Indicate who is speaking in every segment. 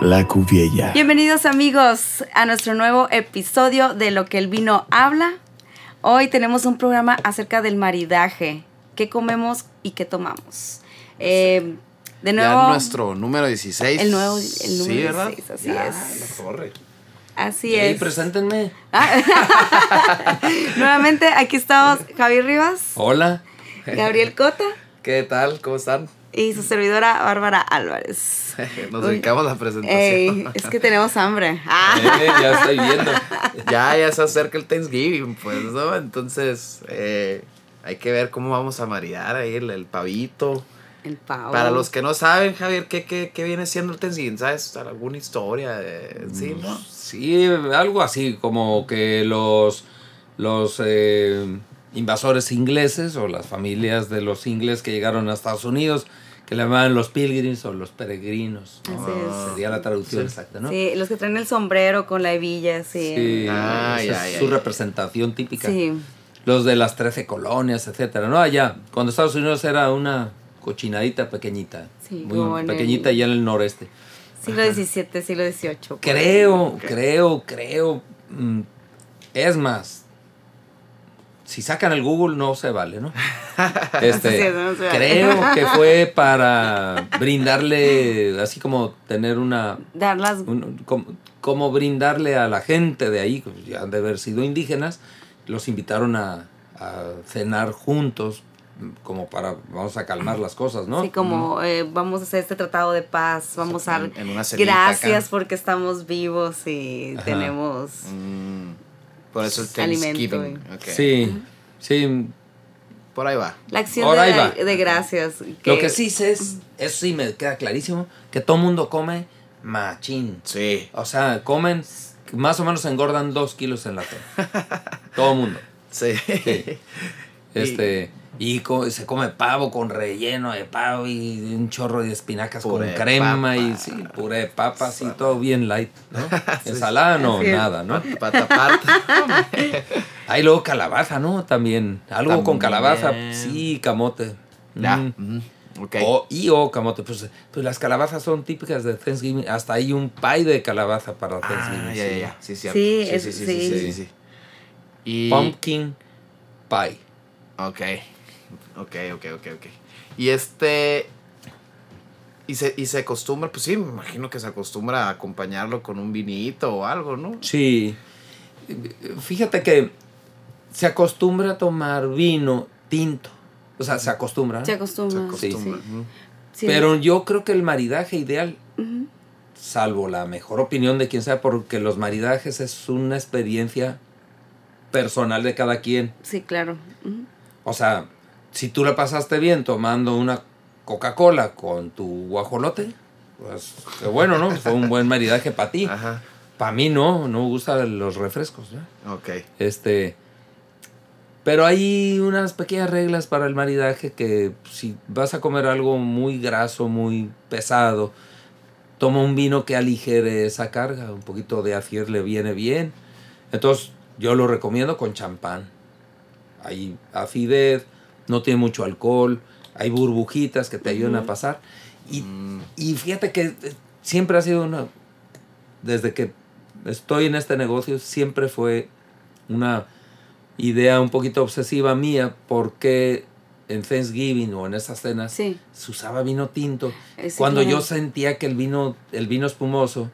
Speaker 1: la cubiella.
Speaker 2: Bienvenidos amigos a nuestro nuevo episodio de Lo que el vino habla. Hoy tenemos un programa acerca del maridaje, qué comemos y qué tomamos. Eh, de nuevo,
Speaker 3: ya nuestro número 16.
Speaker 2: el nuevo el número
Speaker 3: sí, ¿verdad?
Speaker 2: 16, así
Speaker 3: Ya,
Speaker 2: es.
Speaker 3: la torre.
Speaker 2: Así
Speaker 3: Ey,
Speaker 2: es.
Speaker 3: preséntenme.
Speaker 2: Nuevamente aquí estamos Javier Rivas,
Speaker 3: Hola.
Speaker 2: Gabriel Cota
Speaker 3: ¿Qué tal? ¿Cómo están?
Speaker 2: y su servidora Bárbara Álvarez.
Speaker 3: Nos
Speaker 2: Uy.
Speaker 3: dedicamos a la presentación.
Speaker 2: Ey, es que tenemos hambre. Ah.
Speaker 4: Eh,
Speaker 3: ya estoy viendo. Ya, ya se acerca el Thanksgiving, pues, ¿no? Entonces, eh, hay que ver cómo vamos a maridar ahí el, el pavito.
Speaker 2: El pavo.
Speaker 3: Para los que no saben, Javier, ¿qué, qué, qué viene siendo el Thanksgiving? ¿Sabes? ¿Alguna historia? eh, sí, ¿no?
Speaker 4: Sí, algo así, como que los, los eh, invasores ingleses o las familias de los ingleses que llegaron a Estados Unidos, que le llamaban los pilgrims o los peregrinos. ¿no?
Speaker 2: Así es.
Speaker 4: Sería la traducción exacta, ¿no?
Speaker 2: Sí, los que traen el sombrero con la hebilla, sí.
Speaker 4: Sí,
Speaker 3: Ah,
Speaker 4: esa
Speaker 3: ya,
Speaker 4: es
Speaker 3: ya,
Speaker 4: su
Speaker 3: ya.
Speaker 4: representación típica.
Speaker 2: Sí.
Speaker 4: Los de las 13 colonias, etcétera, ¿no? Allá, cuando Estados Unidos era una cochinadita pequeñita,
Speaker 2: Sí, como
Speaker 4: muy
Speaker 2: en
Speaker 4: pequeñita
Speaker 2: el-
Speaker 4: allá en el noreste.
Speaker 2: Siglo XVII, siglo XVIII. por ahí.
Speaker 4: Creo, creo, creo. mm, Es más, si sacan el Google no se vale, ¿no?
Speaker 2: Sí,
Speaker 4: Este,
Speaker 2: no se vale.
Speaker 4: creo que fue para brindarle, así como tener una...
Speaker 2: Dar las...
Speaker 4: un- como, como brindarle a la gente de ahí, pues, ya han de haber sido indígenas, los invitaron a, a cenar juntos, mm, como para, vamos a calmar las cosas, ¿no?
Speaker 2: Sí, como eh, vamos a hacer este tratado de paz, vamos a...
Speaker 3: En- en una cenita
Speaker 2: Gracias
Speaker 3: acá.
Speaker 2: porque estamos vivos y
Speaker 4: Ajá.
Speaker 2: tenemos...
Speaker 3: Mm, por eso el
Speaker 2: Alimento,
Speaker 3: Thanksgiving. ok.
Speaker 4: Sí, sí,
Speaker 3: Por ahí va.
Speaker 2: La acción
Speaker 4: Ahora
Speaker 2: de,
Speaker 4: ahí va.
Speaker 2: de gracias.
Speaker 4: Lo que sí sé es, eso sí me queda clarísimo, que todo mundo come machín.
Speaker 3: Sí.
Speaker 4: O sea, comen, más o menos engordan dos kilos en la torre. todo mundo.
Speaker 3: Sí.
Speaker 4: Sí. Este, y co- se come pavo con relleno de pavo y un chorro de espinacas
Speaker 3: Puré de
Speaker 4: con crema
Speaker 3: papa.
Speaker 4: y sí, puré de papas y todo bien light, ¿no? Ensalada no,
Speaker 2: Así es.
Speaker 4: nada, ¿no?
Speaker 3: Para tapar.
Speaker 4: Hay luego calabaza, ¿no? También. Algo con
Speaker 3: También.
Speaker 4: calabaza, sí, camote.
Speaker 3: Ya.
Speaker 4: Mm.
Speaker 3: ujú, ok.
Speaker 4: O, y o camote, pues, pues las calabazas son típicas de Thanksgiving. Hasta hay un pie de calabaza para Thanksgiving.
Speaker 3: Ah, ya,
Speaker 4: sí.
Speaker 3: ya, ya. Sí, cierto.
Speaker 2: Sí, es- sí.
Speaker 3: sí. Y,
Speaker 4: Pumpkin pie.
Speaker 3: ok. Ok, ok, ok, ok. Y este... Y se, y se acostumbra, pues sí, me imagino que se acostumbra a acompañarlo con un vinito o algo, ¿no?
Speaker 4: Sí. Fíjate que se acostumbra a tomar vino tinto. O sea, se acostumbra. ¿no?
Speaker 2: Se acostumbra.
Speaker 4: Se acostumbra.
Speaker 2: sí.
Speaker 3: Ujú.
Speaker 2: Sí.
Speaker 4: Pero yo creo que el maridaje ideal,
Speaker 2: Ujú.
Speaker 4: salvo la mejor opinión de quien sea, porque los maridajes es una experiencia personal de cada quien.
Speaker 2: Sí, claro. Ujú.
Speaker 4: O sea, si tú la pasaste bien tomando una Coca-Cola con tu guajolote, pues qué bueno, ¿no? Fue un buen maridaje para ti.
Speaker 3: Ajá.
Speaker 4: Para mí no, no me gustan los refrescos. ¿no?
Speaker 3: Ok.
Speaker 4: Este. Pero hay unas pequeñas reglas para el maridaje que si vas a comer algo muy graso, muy pesado, toma un vino que aligere esa carga. Un poquito de acier le viene bien. Entonces, yo lo recomiendo con champán. Hay acidez, no tiene mucho alcohol, hay burbujitas que te ayudan a pasar. Y, y fíjate que eh, siempre ha sido una. Desde que estoy en este negocio, siempre fue una idea un poquito obsesiva mía porque en Thanksgiving o en esas cenas
Speaker 2: Sí.
Speaker 4: se usaba vino tinto.
Speaker 2: Eh, sí,
Speaker 4: Cuando
Speaker 2: claro.
Speaker 4: yo sentía que el vino, el vino espumoso,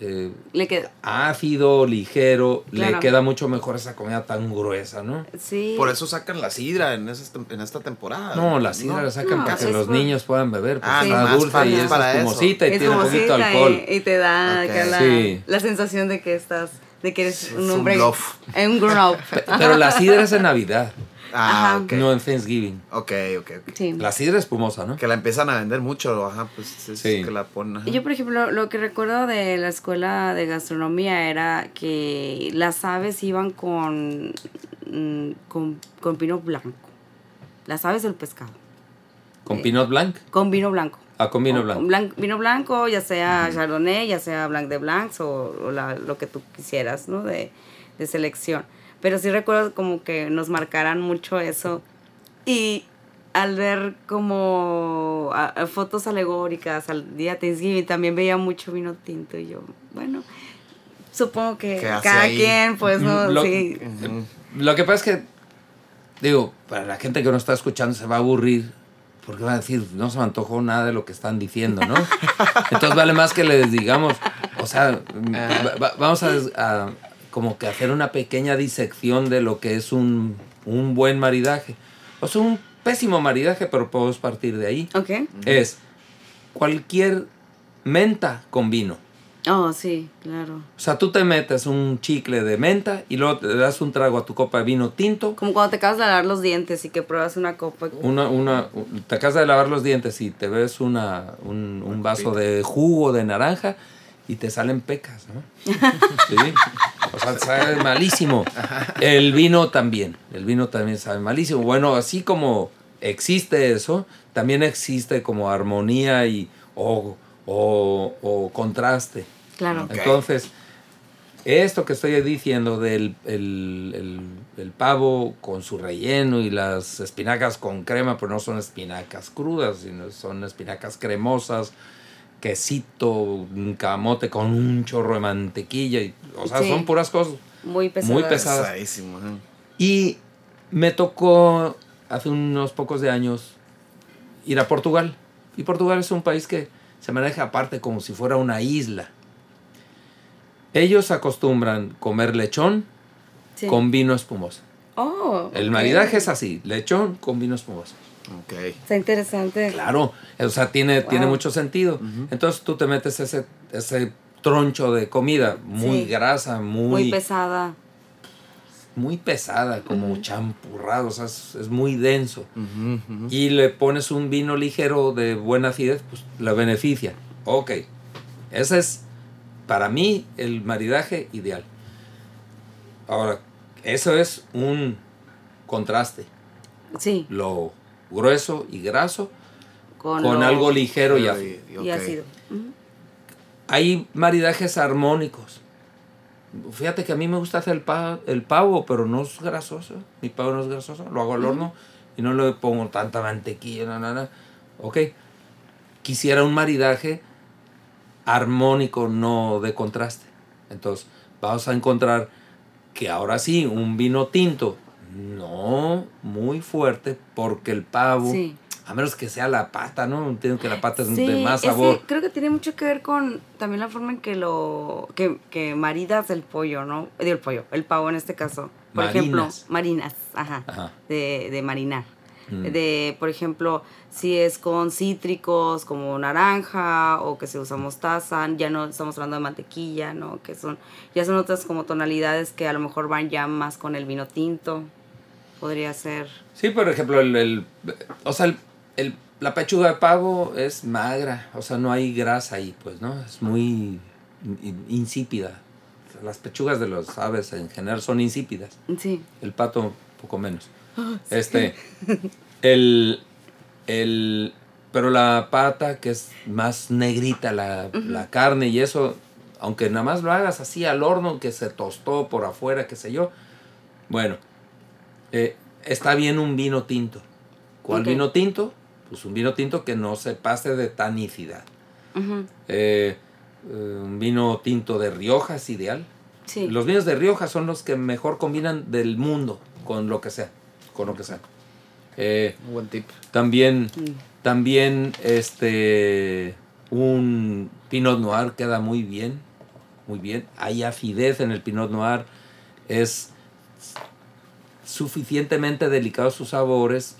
Speaker 4: eh,
Speaker 2: Le queda...
Speaker 4: ácido, ligero,
Speaker 2: Claro.
Speaker 4: le queda mucho mejor esa comida tan gruesa, ¿no?
Speaker 2: Sí.
Speaker 3: Por eso sacan la sidra en, esas tem- en esta temporada.
Speaker 4: No, la sidra la sacan
Speaker 2: No, pues
Speaker 4: para que
Speaker 2: es
Speaker 4: los
Speaker 2: por-
Speaker 4: niños puedan beber, pues
Speaker 3: Ah,
Speaker 4: está
Speaker 3: nomás
Speaker 4: dulce
Speaker 3: para-
Speaker 4: y
Speaker 3: es
Speaker 4: es
Speaker 3: para eso.
Speaker 4: espumosita y
Speaker 2: es
Speaker 4: tiene un
Speaker 2: como
Speaker 4: poquito
Speaker 2: cita
Speaker 4: de
Speaker 2: y-
Speaker 4: alcohol.
Speaker 2: Y, te da
Speaker 3: Ok.
Speaker 2: acá la,
Speaker 4: Sí.
Speaker 2: la sensación de que estás, de que eres un
Speaker 3: un
Speaker 2: hombre.
Speaker 3: bluff.
Speaker 2: eh, Un grown up.
Speaker 4: Pero la sidra es en Navidad,
Speaker 3: Ah,
Speaker 2: Ajá.
Speaker 3: ok.
Speaker 4: no en Thanksgiving.
Speaker 3: Ok, ok, ok.
Speaker 2: Sí.
Speaker 4: La sidra espumosa, ¿no?
Speaker 3: Que la empiezan a vender mucho, ajá, pues es
Speaker 4: Sí.
Speaker 3: que la ponen. ajá.
Speaker 2: Yo, por ejemplo, lo que recuerdo de la escuela de gastronomía era que las aves iban con, mm, con, con vino blanco. Las aves del pescado.
Speaker 4: Con Pinot Blanc.
Speaker 2: Con vino blanco.
Speaker 4: Ah, con vino
Speaker 2: O-
Speaker 4: blanco.
Speaker 2: blan- vino blanco, ya sea Chardonnay, ya sea Blanc de Blancs o, o la- lo que tú quisieras, ¿no? De, de selección. Pero sí recuerdo como que nos marcaran mucho eso. Y al ver como a- a fotos alegóricas al día Thanksgiving, también veía mucho vino tinto y yo, bueno, supongo que
Speaker 3: ¿Qué hace
Speaker 2: cada
Speaker 3: ahí?
Speaker 2: quien, pues, no,
Speaker 4: Lo-
Speaker 2: sí.
Speaker 3: Ujú.
Speaker 4: Lo que pasa es que, digo, para la gente que no está escuchando se va a aburrir porque va a decir, no se me antojó nada de lo que están diciendo, ¿no? Entonces vale más que les digamos, o sea, va- va- vamos a, a como que hacer una pequeña disección de lo que es un, un buen maridaje. O sea, un pésimo maridaje, pero podemos partir de ahí.
Speaker 2: ¿Ok?
Speaker 4: Es cualquier menta con vino.
Speaker 2: Oh, sí, claro.
Speaker 4: O sea, tú te metes un chicle de menta y luego te das un trago a tu copa de vino tinto
Speaker 2: Como cuando te acabas de lavar los dientes y que pruebas una copa.
Speaker 4: una, una, un- te acabas de lavar los dientes y te ves una, un, un vaso de jugo de naranja y te salen pecas, ¿no? Sí. O sea, sabe malísimo. El vino también. El vino también sabe malísimo. Bueno, así como existe eso, también existe como armonía y o, o- o contraste.
Speaker 2: Claro.
Speaker 3: Ok.
Speaker 4: Entonces, esto que estoy diciendo del el, el- el pavo con su relleno y las espinacas con crema, pues no son espinacas crudas, sino son espinacas cremosas, quesito, un camote con un chorro de mantequilla, y, o sea,
Speaker 2: Sí.
Speaker 4: son puras cosas.
Speaker 2: Muy pesado.
Speaker 4: Muy pesado.
Speaker 3: Pesadísimo. ajá.
Speaker 4: Y me tocó hace unos pocos de años ir a Portugal. Y Portugal es un país que se maneja aparte como si fuera una isla. Ellos acostumbran comer lechón
Speaker 2: Sí.
Speaker 4: con vino espumoso.
Speaker 2: Oh,
Speaker 4: El
Speaker 2: ok.
Speaker 4: maridaje es así, lechón con vino espumoso.
Speaker 3: Ok.
Speaker 2: Está interesante.
Speaker 4: Claro, o sea, tiene,
Speaker 2: Wow.
Speaker 4: tiene mucho sentido. Entonces tú te metes ese, ese troncho de comida muy
Speaker 2: Sí.
Speaker 4: grasa,
Speaker 2: Muy pesada.
Speaker 4: muy pesada, como champurrado, o sea, es, es muy denso.
Speaker 3: Ujú, ujú.
Speaker 4: Y le pones un vino ligero de buena acidez, pues la beneficia. Ok, ese es para mí el maridaje ideal. Ahora, eso es un contraste,
Speaker 2: Sí.
Speaker 4: lo grueso y graso
Speaker 2: Con,
Speaker 4: con,
Speaker 2: lo-
Speaker 4: algo ligero y ácido.
Speaker 3: Y-
Speaker 2: Y
Speaker 3: ok.
Speaker 2: ácido. Ujú.
Speaker 4: Hay maridajes armónicos. Fíjate que a mí me gusta hacer el, pa- el pavo, pero no es grasoso. Mi pavo no es grasoso. Lo hago al horno y no le pongo tanta mantequilla, nada, nada. Ok. Quisiera un maridaje armónico, no de contraste. Entonces, vamos a encontrar que ahora sí, un vino tinto. No muy fuerte, porque el pavo,
Speaker 2: Sí.
Speaker 4: a menos que sea la pata, ¿no? Entiendo que la pata es de
Speaker 2: Sí,
Speaker 4: más
Speaker 2: ese
Speaker 4: sabor.
Speaker 2: creo que tiene mucho que ver con también la forma en que lo que, que maridas el pollo, ¿no? Digo, el pollo, el pavo en este caso. Por ejemplo,
Speaker 4: Marinas.
Speaker 2: marinas, ajá,
Speaker 4: Ajá.
Speaker 2: De, de marinar.
Speaker 4: Mm.
Speaker 2: De, por ejemplo, si es con cítricos como naranja o que se usa mostaza, ya no estamos hablando de mantequilla, ¿no? Que son, ya son otras como tonalidades que a lo mejor van ya más con el vino tinto. Podría ser.
Speaker 4: Sí, por ejemplo, el, el- o sea, el- el- la pechuga de pavo es magra, o sea, no hay grasa ahí, pues, ¿no? Es muy in- in- insípida. O sea, Las pechugas de los aves en general son insípidas.
Speaker 2: Sí.
Speaker 4: El pato, un poco menos. Este, el, el, pero la pata, que es más negrita la, la carne y eso, aunque nada más lo hagas así al horno, que se tostó por afuera, qué sé yo, bueno, eh, está bien un vino tinto. ¿Cuál
Speaker 2: Ok.
Speaker 4: vino tinto? Pues un vino tinto que no se pase de tanicidad.
Speaker 2: Ujú.
Speaker 4: Eh, eh, un vino tinto de Rioja es ideal.
Speaker 2: Sí.
Speaker 4: Los vinos de Rioja son los que mejor combinan del mundo con lo que sea, con lo que sea. Eh,
Speaker 3: Un buen tip.
Speaker 4: también,
Speaker 2: Mm.
Speaker 4: también este, un Pinot Noir queda muy bien, muy bien. Hay acidez en el Pinot Noir, es suficientemente delicado sus sabores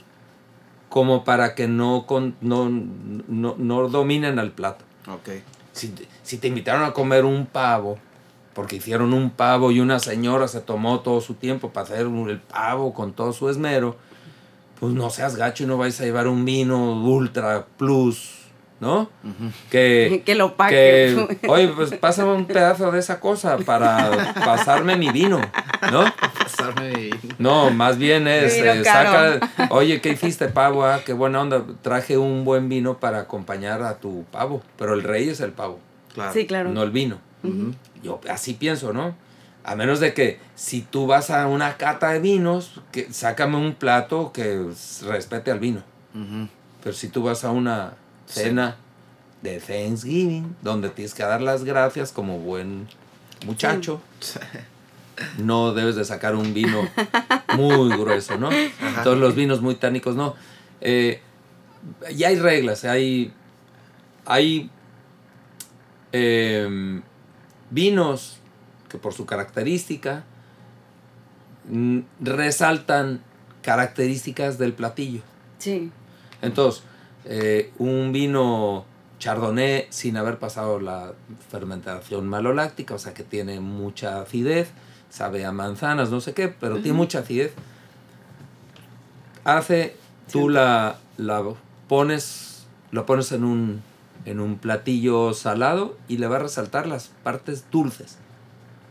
Speaker 4: como para que no, con- no, no, no dominen al plato
Speaker 3: Ok.
Speaker 4: si, te- si te invitaron a comer un pavo, porque hicieron un pavo y una señora se tomó todo su tiempo para hacer un- el pavo con todo su esmero, pues no seas gacho y no vais a llevar un vino ultra plus, ¿no? Que,
Speaker 2: Que lo pague.
Speaker 4: que, oye, pues pásame un pedazo de esa cosa para pasarme mi vino, ¿no?
Speaker 3: Pasarme de
Speaker 4: No, más bien es,
Speaker 2: Vino
Speaker 4: eh,
Speaker 2: caro.
Speaker 4: saca, oye, ¿qué hiciste, pavo? Ah, qué buena onda, traje un buen vino para acompañar a tu pavo, pero el rey es el pavo.
Speaker 3: Claro.
Speaker 2: Sí, claro.
Speaker 4: No el vino.
Speaker 3: Ujú.
Speaker 4: Yo así pienso, ¿no? A menos de que si tú vas a una cata de vinos, que, sácame un plato que s- respete al vino.
Speaker 3: Ujú.
Speaker 4: Pero si tú vas a una cena de Thanksgiving, donde tienes que dar las gracias como buen muchacho, no debes de sacar un vino muy grueso, ¿no? Todos los vinos muy tánicos, no. Eh, y hay reglas, hay, hay em, vinos que por su característica mm, resaltan características del platillo.
Speaker 2: Sí.
Speaker 4: Entonces, eh, un vino chardonnay sin haber pasado la fermentación maloláctica, o sea que tiene mucha acidez, sabe a manzanas, no sé qué, pero tiene mucha acidez. Hace, tú la, la pones, lo pones en un, en un platillo salado y le va a resaltar las partes dulces,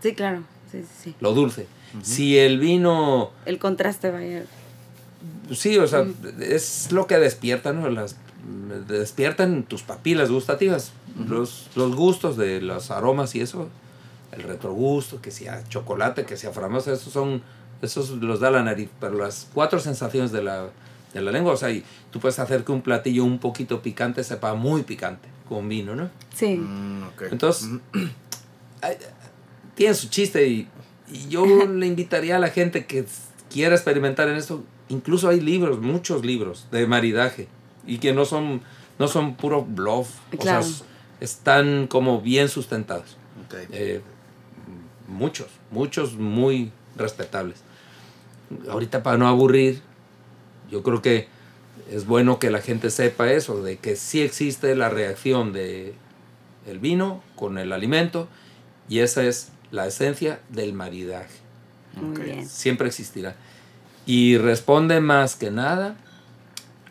Speaker 2: Sí, claro. Sí, sí, sí.
Speaker 4: lo dulce. Si el vino
Speaker 2: El contraste vaya.
Speaker 4: Sí, o sea, es lo que despierta, ¿no? Las, despiertan tus papilas gustativas, los, los gustos de los aromas y eso, el retrogusto, que sea chocolate, que sea frambuesa, esos son, esos los da la nariz, pero las cuatro sensaciones de la, de la lengua, o sea, y tú puedes hacer que un platillo un poquito picante sepa muy picante con vino, ¿no?
Speaker 2: Sí.
Speaker 3: Mm, ok.
Speaker 4: Entonces,
Speaker 3: Ujú.
Speaker 4: ay, tiene su chiste y, y yo le invitaría a la gente que s- quiera experimentar en esto. Incluso hay libros, muchos libros de maridaje y que no son, no son puro bluff.
Speaker 2: Claro.
Speaker 4: O sea, s- están como bien sustentados.
Speaker 3: Ok.
Speaker 4: Eh, muchos, muchos muy respetables. Ahorita para no aburrir, yo creo que es bueno que la gente sepa eso, de que sí existe la reacción de el vino con el alimento y esa es la esencia del maridaje.
Speaker 2: Muy
Speaker 3: Ok.
Speaker 2: bien.
Speaker 4: Siempre existirá. Y responde más que nada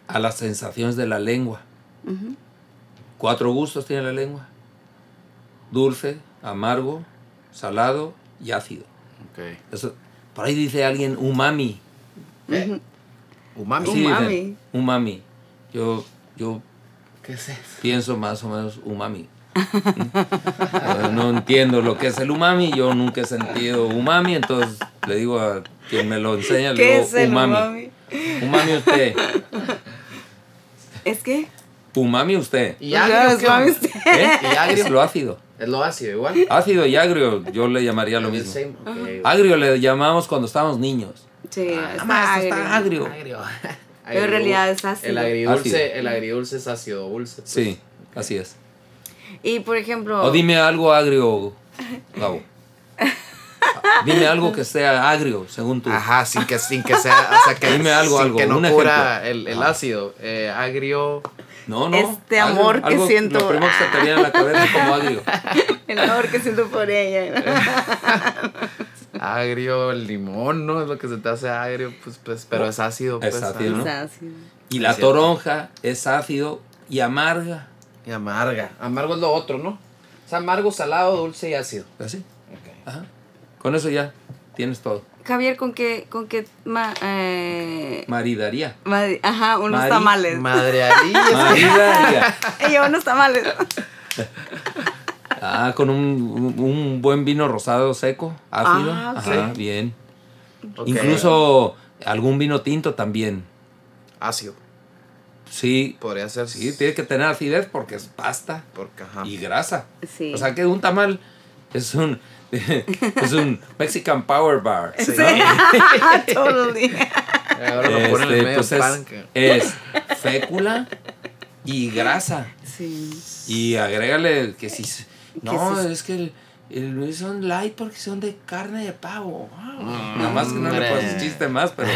Speaker 4: a las sensaciones de la lengua.
Speaker 2: Ujú.
Speaker 4: Cuatro gustos tiene la lengua. Dulce, amargo, salado y ácido.
Speaker 3: Ok.
Speaker 4: Eso, por ahí dice alguien umami.
Speaker 3: Umami.
Speaker 4: Así dicen,
Speaker 2: Ah, Umami.
Speaker 4: umami. Yo, yo
Speaker 3: ¿Qué es eso?
Speaker 4: pienso más o menos umami. Eh, no entiendo lo que es el umami, yo nunca he sentido umami, entonces le digo a quien me lo enseña, le
Speaker 2: ¿Qué
Speaker 4: digo
Speaker 2: es el
Speaker 4: umami.
Speaker 2: umami?
Speaker 4: Umami usted.
Speaker 2: ¿Es que?
Speaker 4: Umami usted.
Speaker 3: Y
Speaker 2: Pues
Speaker 3: agrio,
Speaker 2: ya,
Speaker 3: ¿qué
Speaker 2: mami,
Speaker 3: onda?
Speaker 2: usted.
Speaker 4: ¿Eh?
Speaker 3: Y agrio.
Speaker 4: Es lo ácido.
Speaker 3: Es lo ácido igual.
Speaker 4: Ácido y agrio, yo le llamaría lo
Speaker 3: Es el
Speaker 4: mismo.
Speaker 3: same, ok, ok.
Speaker 4: Agrio le llamamos cuando estábamos niños.
Speaker 2: Sí,
Speaker 3: Ah,
Speaker 2: está
Speaker 4: más,
Speaker 2: agrio.
Speaker 4: está agrio.
Speaker 3: Agrio.
Speaker 2: Pero en realidad es ácido.
Speaker 3: El agridulce,
Speaker 4: Ácido.
Speaker 3: el agridulce es ácido dulce. pues.
Speaker 4: Sí, así es.
Speaker 2: Y por ejemplo.
Speaker 4: O dime algo agrio, Gabo. Dime algo que sea agrio, según tú.
Speaker 3: Ajá, sin que, sin que sea, o sea que,
Speaker 4: Dime algo,
Speaker 3: sin
Speaker 4: algo,
Speaker 3: que no
Speaker 4: un
Speaker 3: cura el,
Speaker 4: ejemplo.
Speaker 3: el
Speaker 4: Ah.
Speaker 3: ácido. Eh, agrio.
Speaker 4: No, no.
Speaker 2: Este amor que siento. Ah.
Speaker 4: Lo primero que se te viene a la cabeza es como agrio.
Speaker 2: El amor que siento por ella.
Speaker 3: Agrio, el limón, ¿no? Es lo que se te hace agrio, pues, pues pero es ácido.
Speaker 4: Es
Speaker 3: Pues,
Speaker 4: ácido,
Speaker 3: ajá.
Speaker 4: ¿no?
Speaker 2: Quizás, sí.
Speaker 4: Y la
Speaker 3: Es cierto.
Speaker 4: toronja es ácido y amarga.
Speaker 3: Y amarga. Amargo es lo otro, ¿no? O sea, amargo, salado, dulce y ácido.
Speaker 4: Así.
Speaker 3: Ok.
Speaker 4: Ajá. Con eso ya tienes todo.
Speaker 2: Javier, ¿con qué, con qué ma- eh,
Speaker 4: Maridaría.
Speaker 2: madi- ajá, unos
Speaker 4: Mari-
Speaker 2: tamales?
Speaker 3: Madre
Speaker 4: Maridaría.
Speaker 2: Ella, unos tamales.
Speaker 4: Ah, con un, un- un buen vino rosado seco, ácido.
Speaker 2: Ah, ok.
Speaker 4: Ajá, bien. Incluso algún vino tinto también.
Speaker 3: Ácido.
Speaker 4: Sí,
Speaker 3: Podría ser.
Speaker 4: sí, tiene que tener acidez porque es pasta
Speaker 3: Porque, ajá.
Speaker 4: y grasa.
Speaker 2: Sí.
Speaker 4: O sea que un tamal es un es un Mexican Power Bar.
Speaker 3: Sí.
Speaker 2: totally.
Speaker 3: Ahora lo ponen en
Speaker 4: Este,
Speaker 3: medio
Speaker 4: pues
Speaker 3: del
Speaker 4: es,
Speaker 3: pan. que-
Speaker 4: es fécula y grasa.
Speaker 2: Sí.
Speaker 4: Y agrégale que si. No,
Speaker 2: si-
Speaker 4: es que el, el- son light porque son de carne de pavo. Ah, Nada más que no le
Speaker 3: Mm, hombre.
Speaker 4: puedes chiste más, pero.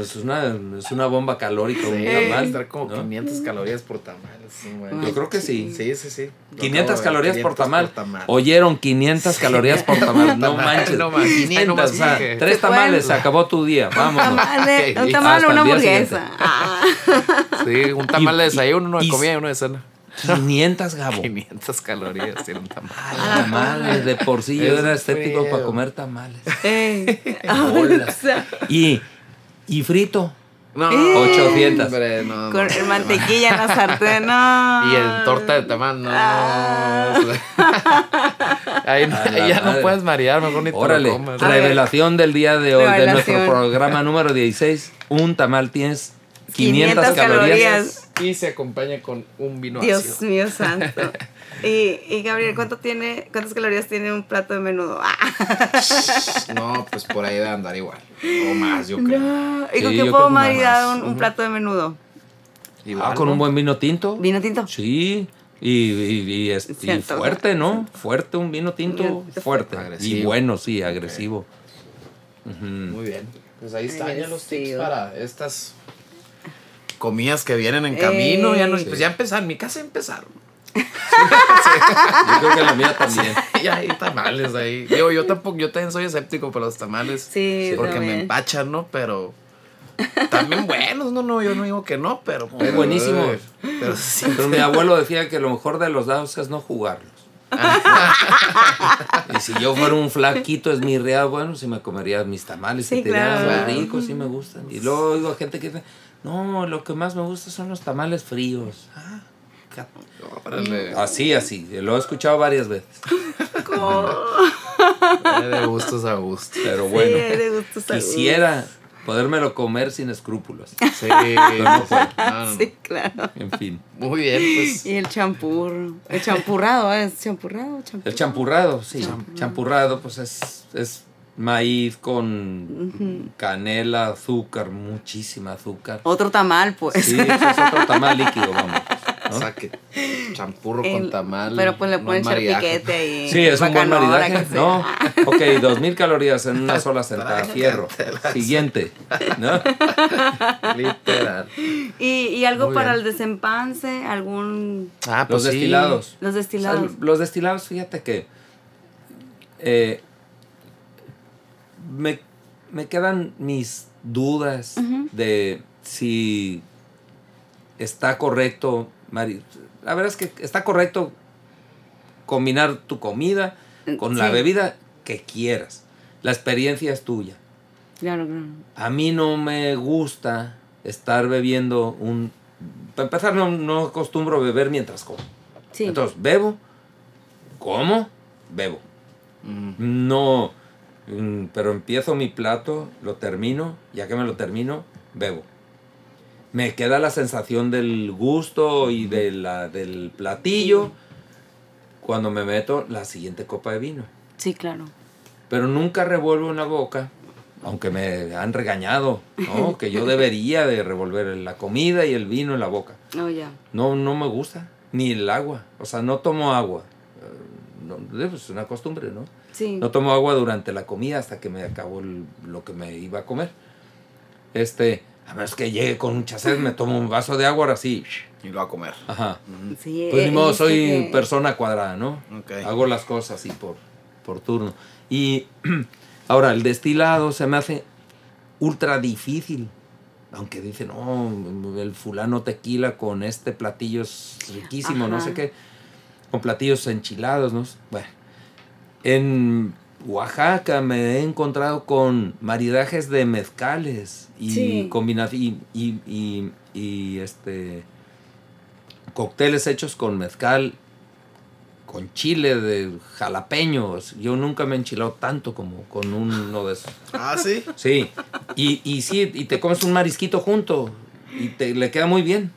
Speaker 4: es, una, es una bomba calórica, un
Speaker 3: Sí,
Speaker 4: tamal,
Speaker 3: debe estar como
Speaker 4: ¿no?
Speaker 3: 500 calorías por tamal. sí, güey.
Speaker 4: Yo creo que sí.
Speaker 3: Sí, sí, sí. Lo
Speaker 4: 500
Speaker 3: acabo de ver,
Speaker 4: calorías por tamal.
Speaker 3: 500 por tamal.
Speaker 4: Oyeron 500 calorías por tamal. No
Speaker 3: Tamal,
Speaker 4: manches.
Speaker 3: no manches,
Speaker 4: 500,
Speaker 3: nomás
Speaker 4: o sea,
Speaker 3: dije.
Speaker 4: tres
Speaker 2: Se pueden-
Speaker 4: tamales, se acabó tu día. Vámonos.
Speaker 2: Tamales,
Speaker 3: Ok.
Speaker 2: un tamal
Speaker 4: Hasta
Speaker 2: o
Speaker 4: el
Speaker 2: eh, una
Speaker 4: día
Speaker 2: hamburguesa. Ah,
Speaker 3: Sí, un tamal de
Speaker 4: Y-
Speaker 3: desayuno, uno de
Speaker 4: y-
Speaker 3: comida y uno de cena.
Speaker 4: 500, Gabo.
Speaker 3: 500 calorías tiene un tamal.
Speaker 4: Ay, Tamales, de por sí yo
Speaker 3: Es
Speaker 4: era estético
Speaker 3: feo.
Speaker 4: para comer tamales.
Speaker 2: eh.
Speaker 4: Hola.
Speaker 2: O sea,
Speaker 4: Y, y frito.
Speaker 3: No,
Speaker 4: 800.
Speaker 3: Eh, hombre, no, no.
Speaker 2: con el mantequilla en la sartén. No.
Speaker 3: Y el torta de tamal, no.
Speaker 4: Ah.
Speaker 3: Ahí, no-
Speaker 4: A la
Speaker 3: ahí ya no
Speaker 4: madre.
Speaker 3: puedes marear, mejor ni te
Speaker 4: Ah, Órale,
Speaker 3: lo comas.
Speaker 2: A ver.
Speaker 4: revelación del día de hoy, de nuestro
Speaker 2: Revelación.
Speaker 4: programa número 16. Un tamal tienes 500,
Speaker 2: 500 calorías.
Speaker 3: Y se acompaña con un vino
Speaker 2: Dios
Speaker 3: ácido.
Speaker 2: mío santo. Y, y Gabriel, ¿cuánto tiene, ¿cuántas calorías tiene un plato de menudo? Ah,
Speaker 3: No, pues por ahí de andar igual. O más, yo creo.
Speaker 2: no. ¿Y con
Speaker 4: Sí, yo
Speaker 2: qué
Speaker 4: creo
Speaker 2: puedo
Speaker 4: que más.
Speaker 2: maridar un, un
Speaker 4: Ujú.
Speaker 2: plato de menudo?
Speaker 3: Igual,
Speaker 4: Ah, con
Speaker 3: ¿no?
Speaker 4: un buen vino tinto.
Speaker 2: ¿Vino tinto?
Speaker 4: Sí. Y, y- y es- y
Speaker 2: Cierto.
Speaker 4: fuerte, ¿no? Fuerte, un vino tinto
Speaker 2: Bien.
Speaker 4: fuerte. Y
Speaker 3: Agresivo.
Speaker 4: bueno, sí, agresivo. Ujú.
Speaker 3: Muy bien. Pues ahí están ya los tips
Speaker 2: Agradecido.
Speaker 3: para estas comidas que vienen en camino. Ya, no,
Speaker 2: Ey.
Speaker 3: pues ya empezaron. Mi casa empezaron.
Speaker 4: Yo creo que la mía también.
Speaker 3: Y hay tamales ahí. Digo, yo tampoco, yo también soy escéptico para los tamales.
Speaker 2: Sí,
Speaker 3: Porque me
Speaker 2: también.
Speaker 3: empachan, ¿no? Pero. También buenos, no, no, yo no digo que no, pero. pero-
Speaker 4: buenísimos.
Speaker 3: Pero sí.
Speaker 4: Pero mi abuelo decía que lo mejor de los dados es no jugarlos. y si yo fuera un flaquito esmirreado, bueno, sí me comería mis tamales
Speaker 2: Sí,
Speaker 4: que tenían
Speaker 2: claro.
Speaker 4: muy ricos, sí me gustan. Y luego oigo a gente que dice, no, lo que más me gusta son los tamales fríos. Ah, ca-
Speaker 3: Órale.
Speaker 4: Así, así. Lo he escuchado varias veces.
Speaker 3: De gustos a gusto.
Speaker 4: Pero
Speaker 2: Sí,
Speaker 4: bueno,
Speaker 2: hay de gustos a gustos.
Speaker 4: quisiera podérmelo comer sin escrúpulos.
Speaker 3: Sí. no, no, no.
Speaker 2: Sí, claro.
Speaker 4: En fin.
Speaker 3: Muy bien, pues.
Speaker 2: Y el champur. El champurrado, ¿eh? ¿es champurrado? Champur.
Speaker 4: El champurrado, sí. Champurrado, pues es, es maíz con canela, azúcar, muchísima azúcar.
Speaker 2: Otro tamal, pues.
Speaker 4: Sí, eso es otro tamal líquido, vamos.
Speaker 3: O sea, que champurro
Speaker 2: El-
Speaker 3: con tamal.
Speaker 2: Pero pues le
Speaker 3: no
Speaker 2: pueden
Speaker 3: hay
Speaker 2: echar
Speaker 3: maridaje.
Speaker 2: piquete ahí.
Speaker 4: Sí, es un buen
Speaker 2: bacanora,
Speaker 4: maridaje,
Speaker 2: que
Speaker 4: ¿no?
Speaker 2: sea.
Speaker 4: Ok, dos mil calorías en una sola sentada, fierro. Siguiente, ¿no?
Speaker 3: Literal.
Speaker 2: Y, y algo
Speaker 3: Muy
Speaker 2: para
Speaker 3: bien.
Speaker 2: el desempance, algún.
Speaker 3: Ah,
Speaker 4: Los
Speaker 3: sí.
Speaker 4: destilados.
Speaker 2: Los
Speaker 4: O sea,
Speaker 2: destilados.
Speaker 4: los destilados, fíjate que eh, me, me quedan mis dudas de si está correcto, Mari. La verdad es que está correcto combinar tu comida con la
Speaker 2: Sí.
Speaker 4: bebida que quieras. La experiencia es tuya.
Speaker 2: Claro, claro.
Speaker 4: A mí no me gusta estar bebiendo un... Para empezar, no, no acostumbro beber mientras como.
Speaker 2: Sí.
Speaker 4: Entonces, bebo, como, bebo.
Speaker 3: Mm.
Speaker 4: No, mm, pero empiezo mi plato, lo termino, ya que me lo termino, bebo. Me queda la sensación del gusto y de la, del platillo cuando me meto la siguiente copa de vino.
Speaker 2: sí, claro.
Speaker 4: Pero nunca revuelvo en la boca, aunque me han regañado, ¿no? que yo debería de revolver la comida y el vino en la boca.
Speaker 2: Oh, ya.
Speaker 4: No, no me gusta. Ni el agua. O sea, no tomo agua. Eh, no, es una costumbre, ¿no?
Speaker 2: Sí.
Speaker 4: No tomo agua durante la comida hasta que me acabo el- lo que me iba a comer. Este, a menos que llegue con mucha sed, me tomo un vaso de agua ahora sí.
Speaker 3: Y lo va a comer. Mm,
Speaker 4: Ajá.
Speaker 2: sí
Speaker 4: Pues
Speaker 2: eh,
Speaker 4: ni modo,
Speaker 2: es
Speaker 4: soy
Speaker 2: que-
Speaker 4: persona cuadrada, ¿no?
Speaker 3: Ok.
Speaker 4: Hago las cosas así por, por turno. Y ahora, el destilado se me hace ultra difícil. Aunque dicen, oh, el fulano tequila con este platillo es riquísimo, no
Speaker 2: Ajá.
Speaker 4: sé qué. Con platillos enchilados, ¿no? Bueno. En Oaxaca me he encontrado con maridajes de mezcales y
Speaker 2: Sí.
Speaker 4: combina- y, y, y- y, este cócteles hechos con mezcal, con chile de jalapeños. Yo nunca me he enchilado tanto como con uno de esos.
Speaker 3: Ah, sí.
Speaker 4: Sí. Y, y sí, y te comes un marisquito junto y te le queda muy bien.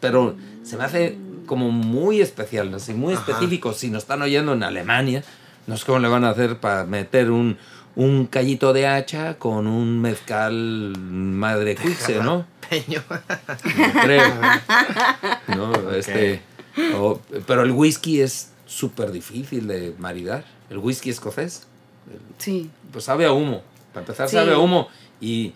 Speaker 4: Pero se me hace como muy especial, así muy
Speaker 3: Ajá.
Speaker 4: específico. Si nos están oyendo en Alemania, no sé cómo le van a hacer para meter un, un callito de hacha con un mezcal madre cuixe, ¿no?
Speaker 3: Peño.
Speaker 4: No creo. No, este, o- pero el whisky es súper difícil de maridar. El whisky escocés
Speaker 2: Sí.
Speaker 4: pues sabe a humo. Para empezar,
Speaker 2: Sí.
Speaker 4: sabe a humo. Y,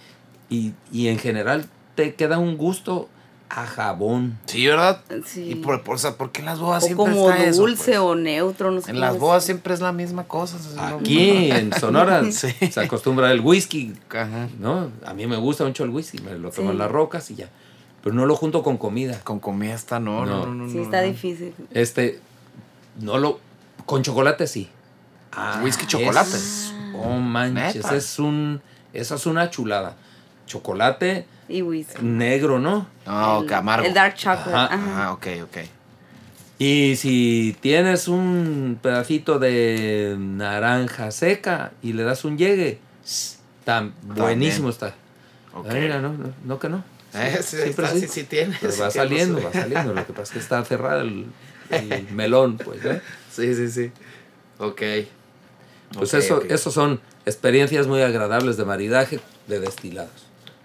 Speaker 4: y, y en general te queda un gusto a jabón.
Speaker 3: Sí, ¿verdad?
Speaker 2: Sí.
Speaker 3: Y por, por- o sea, ¿por qué en las bodas
Speaker 2: O
Speaker 3: siempre
Speaker 2: como
Speaker 3: está eso,
Speaker 2: dulce
Speaker 3: pues?
Speaker 2: o neutro, no sé.
Speaker 3: En
Speaker 2: cómo
Speaker 3: las
Speaker 2: es.
Speaker 3: bodas siempre es la misma cosa. o sea, no-
Speaker 4: Aquí en Sonora
Speaker 3: Sí.
Speaker 4: se acostumbra el whisky,
Speaker 3: Ajá.
Speaker 4: ¿no? A mí me gusta mucho el whisky, me lo tomo
Speaker 2: Sí.
Speaker 4: en las rocas y ya. Pero no lo junto con comida.
Speaker 3: Con comida está no, no,
Speaker 4: No.
Speaker 3: no, no,
Speaker 2: Sí,
Speaker 3: no,
Speaker 2: está
Speaker 3: no.
Speaker 2: difícil.
Speaker 4: Este, no lo. Con chocolate sí. Ah,
Speaker 3: Whisky chocolate.
Speaker 4: es- oh manches,
Speaker 3: Neta.
Speaker 4: es un. Eso es una chulada. Chocolate
Speaker 2: Y whisky.
Speaker 4: negro, ¿no?
Speaker 3: No,
Speaker 2: El-
Speaker 3: que Ah, amargo.
Speaker 2: Ah, El dark chocolate.
Speaker 4: Ajá,
Speaker 2: Ajá.
Speaker 3: Ajá, ok, ok.
Speaker 4: Y si tienes un pedacito de naranja seca y le das un llegue, tan
Speaker 3: También.
Speaker 4: buenísimo está.
Speaker 3: ok.
Speaker 4: Ah, mira, no, no, no que no.
Speaker 3: Eh, sí, ahí
Speaker 4: siempre
Speaker 3: está,
Speaker 4: sí.
Speaker 3: sí, sí tiene.
Speaker 4: Pero
Speaker 3: sí
Speaker 4: va
Speaker 3: tiene,
Speaker 4: saliendo,
Speaker 3: sí.
Speaker 4: va saliendo. Lo que pasa es que está cerrado el, el melón, pues, ¿no?
Speaker 3: Sí, sí, sí. Ok.
Speaker 4: Pues
Speaker 3: Ok,
Speaker 4: eso,
Speaker 3: ok.
Speaker 4: eso son experiencias muy agradables de maridaje de destilados.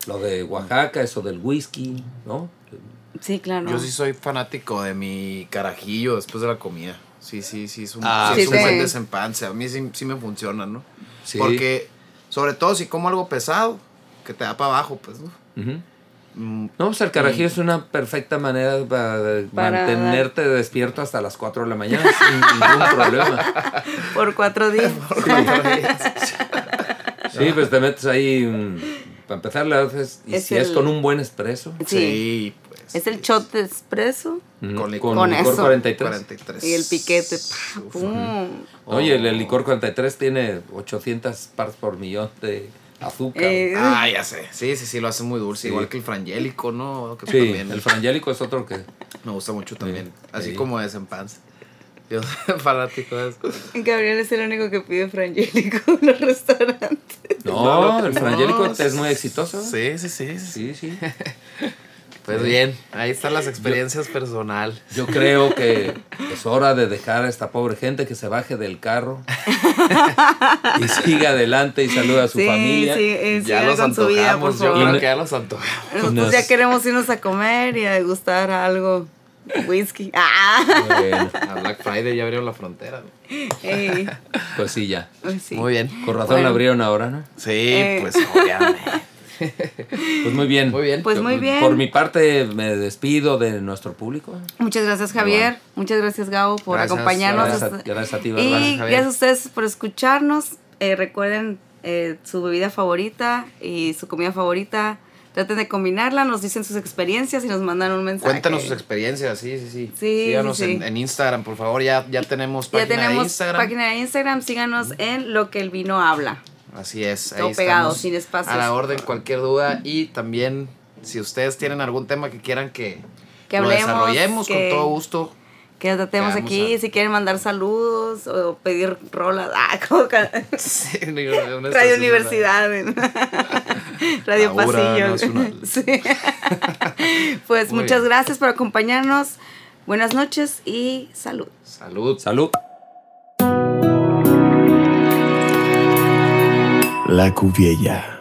Speaker 4: Lo de Oaxaca, eso del whisky, ¿no?
Speaker 2: Sí, claro.
Speaker 3: Yo sí soy fanático de mi carajillo después de la comida. Sí, sí, sí, es un,
Speaker 4: Ah,
Speaker 3: sí es
Speaker 2: Sí,
Speaker 3: un
Speaker 2: te-
Speaker 3: buen desempance. A mí sí, sí me funciona, ¿no?
Speaker 4: Sí.
Speaker 3: Porque, sobre todo si como algo pesado, que te da para abajo, pues, ¿no?
Speaker 4: Ujú.
Speaker 3: Mm,
Speaker 4: No, pues el carajillo es una perfecta manera de- de
Speaker 2: Para-
Speaker 4: mantenerte despierto hasta las 4 de la mañana sin ningún problema.
Speaker 2: Por cuatro días.
Speaker 4: Sí, pues te metes ahí, mm, para empezar, le haces, y
Speaker 2: Es
Speaker 4: si es
Speaker 2: el-
Speaker 4: con un buen espresso,
Speaker 2: Sí.
Speaker 3: Sí, pues.
Speaker 2: Es el
Speaker 3: sí.
Speaker 2: shot de espresso
Speaker 4: mm,
Speaker 3: Con
Speaker 4: con,
Speaker 3: licor.
Speaker 2: Con
Speaker 4: licor
Speaker 2: eso.
Speaker 4: 43.
Speaker 3: 43.
Speaker 2: y el piquete. pa,
Speaker 3: Uf.
Speaker 2: pum.
Speaker 4: Oye,
Speaker 3: Oh.
Speaker 4: el, el licor 43 tiene 800 partes por millón de azúcar.
Speaker 2: Eh,
Speaker 3: Ah, ya sé. Sí, sí, sí, lo hace muy dulce.
Speaker 4: Sí.
Speaker 3: Igual que el frangélico, ¿no? Que
Speaker 4: sí,
Speaker 3: también
Speaker 4: el frangélico es otro que...
Speaker 3: me gusta mucho también. Así
Speaker 4: sí.
Speaker 3: como desempance. Yo soy fanático de eso.
Speaker 2: Gabriel es el único que pide frangélico en los restaurantes.
Speaker 4: No,
Speaker 3: no,
Speaker 4: Oh, el frangélico
Speaker 3: no,
Speaker 4: es muy exitoso.
Speaker 3: Sí, sí, sí. sí.
Speaker 4: sí. sí.
Speaker 3: Pues
Speaker 4: Sí.
Speaker 3: bien, ahí están las experiencias personal.
Speaker 4: Yo creo que es hora de dejar a esta pobre gente que se baje del carro y siga adelante y saluda a su
Speaker 2: sí,
Speaker 4: familia.
Speaker 2: sí, eh,
Speaker 3: ya
Speaker 2: sigan
Speaker 3: los
Speaker 2: con su vida, por
Speaker 3: antojamos, yo
Speaker 2: favor.
Speaker 3: creo
Speaker 4: Y-
Speaker 3: que ya los antojamos.
Speaker 2: Nosotros
Speaker 4: Nos-
Speaker 2: ya queremos irnos a comer y a degustar algo. Whisky. Ah,
Speaker 4: Bueno,
Speaker 3: A Black Friday ya abrieron la frontera. ¿no?
Speaker 2: ey,
Speaker 4: pues sí, ya.
Speaker 2: pues sí.
Speaker 3: Muy bien.
Speaker 4: Con razón
Speaker 2: Bueno.
Speaker 4: la abrieron ahora, ¿no?
Speaker 3: Sí,
Speaker 2: Eh.
Speaker 3: pues obviamente.
Speaker 4: Pues muy bien.
Speaker 3: Muy bien.
Speaker 2: Pues muy bien.
Speaker 4: Por mi parte, me despido de nuestro público.
Speaker 2: Muchas gracias, Javier. Muchas gracias, Gabo, por
Speaker 3: Gracias,
Speaker 2: acompañarnos.
Speaker 4: Gracias a, gracias a ti,
Speaker 2: y
Speaker 4: Bárbara.
Speaker 3: Javier.
Speaker 2: gracias a ustedes por escucharnos. Eh, recuerden eh, su bebida favorita y su comida favorita. Traten de combinarla, nos dicen sus experiencias y nos mandan un mensaje.
Speaker 3: Cuéntanos sus experiencias, sí, sí, sí.
Speaker 2: Sí,
Speaker 3: Síganos
Speaker 2: sí, sí.
Speaker 3: En, en Instagram, por favor. Ya, ya tenemos
Speaker 2: Ya
Speaker 3: página de
Speaker 2: tenemos
Speaker 3: Instagram.
Speaker 2: página de Instagram, síganos en lo que el vino habla.
Speaker 3: Así es.
Speaker 2: Todo pegado, sin espacios.
Speaker 3: A la orden, cualquier duda. Y también, si ustedes tienen algún tema que quieran que,
Speaker 2: Que
Speaker 3: lo
Speaker 2: hablemos,
Speaker 3: desarrollemos
Speaker 2: que-
Speaker 3: con todo gusto.
Speaker 2: Que la tratemos
Speaker 3: Quedamos
Speaker 2: aquí,
Speaker 3: a-
Speaker 2: si quieren mandar saludos o pedir rolas. Ah, como ca-
Speaker 3: Sí, una estación de
Speaker 2: Radio Universidad. Radio
Speaker 3: Ahora
Speaker 2: Pasillo.
Speaker 3: Nacional.
Speaker 2: Sí. Pues
Speaker 3: Muy
Speaker 2: muchas
Speaker 3: bien.
Speaker 2: gracias por acompañarnos. Buenas noches y salud.
Speaker 3: Salud.
Speaker 4: Salud.
Speaker 1: La Cuviella.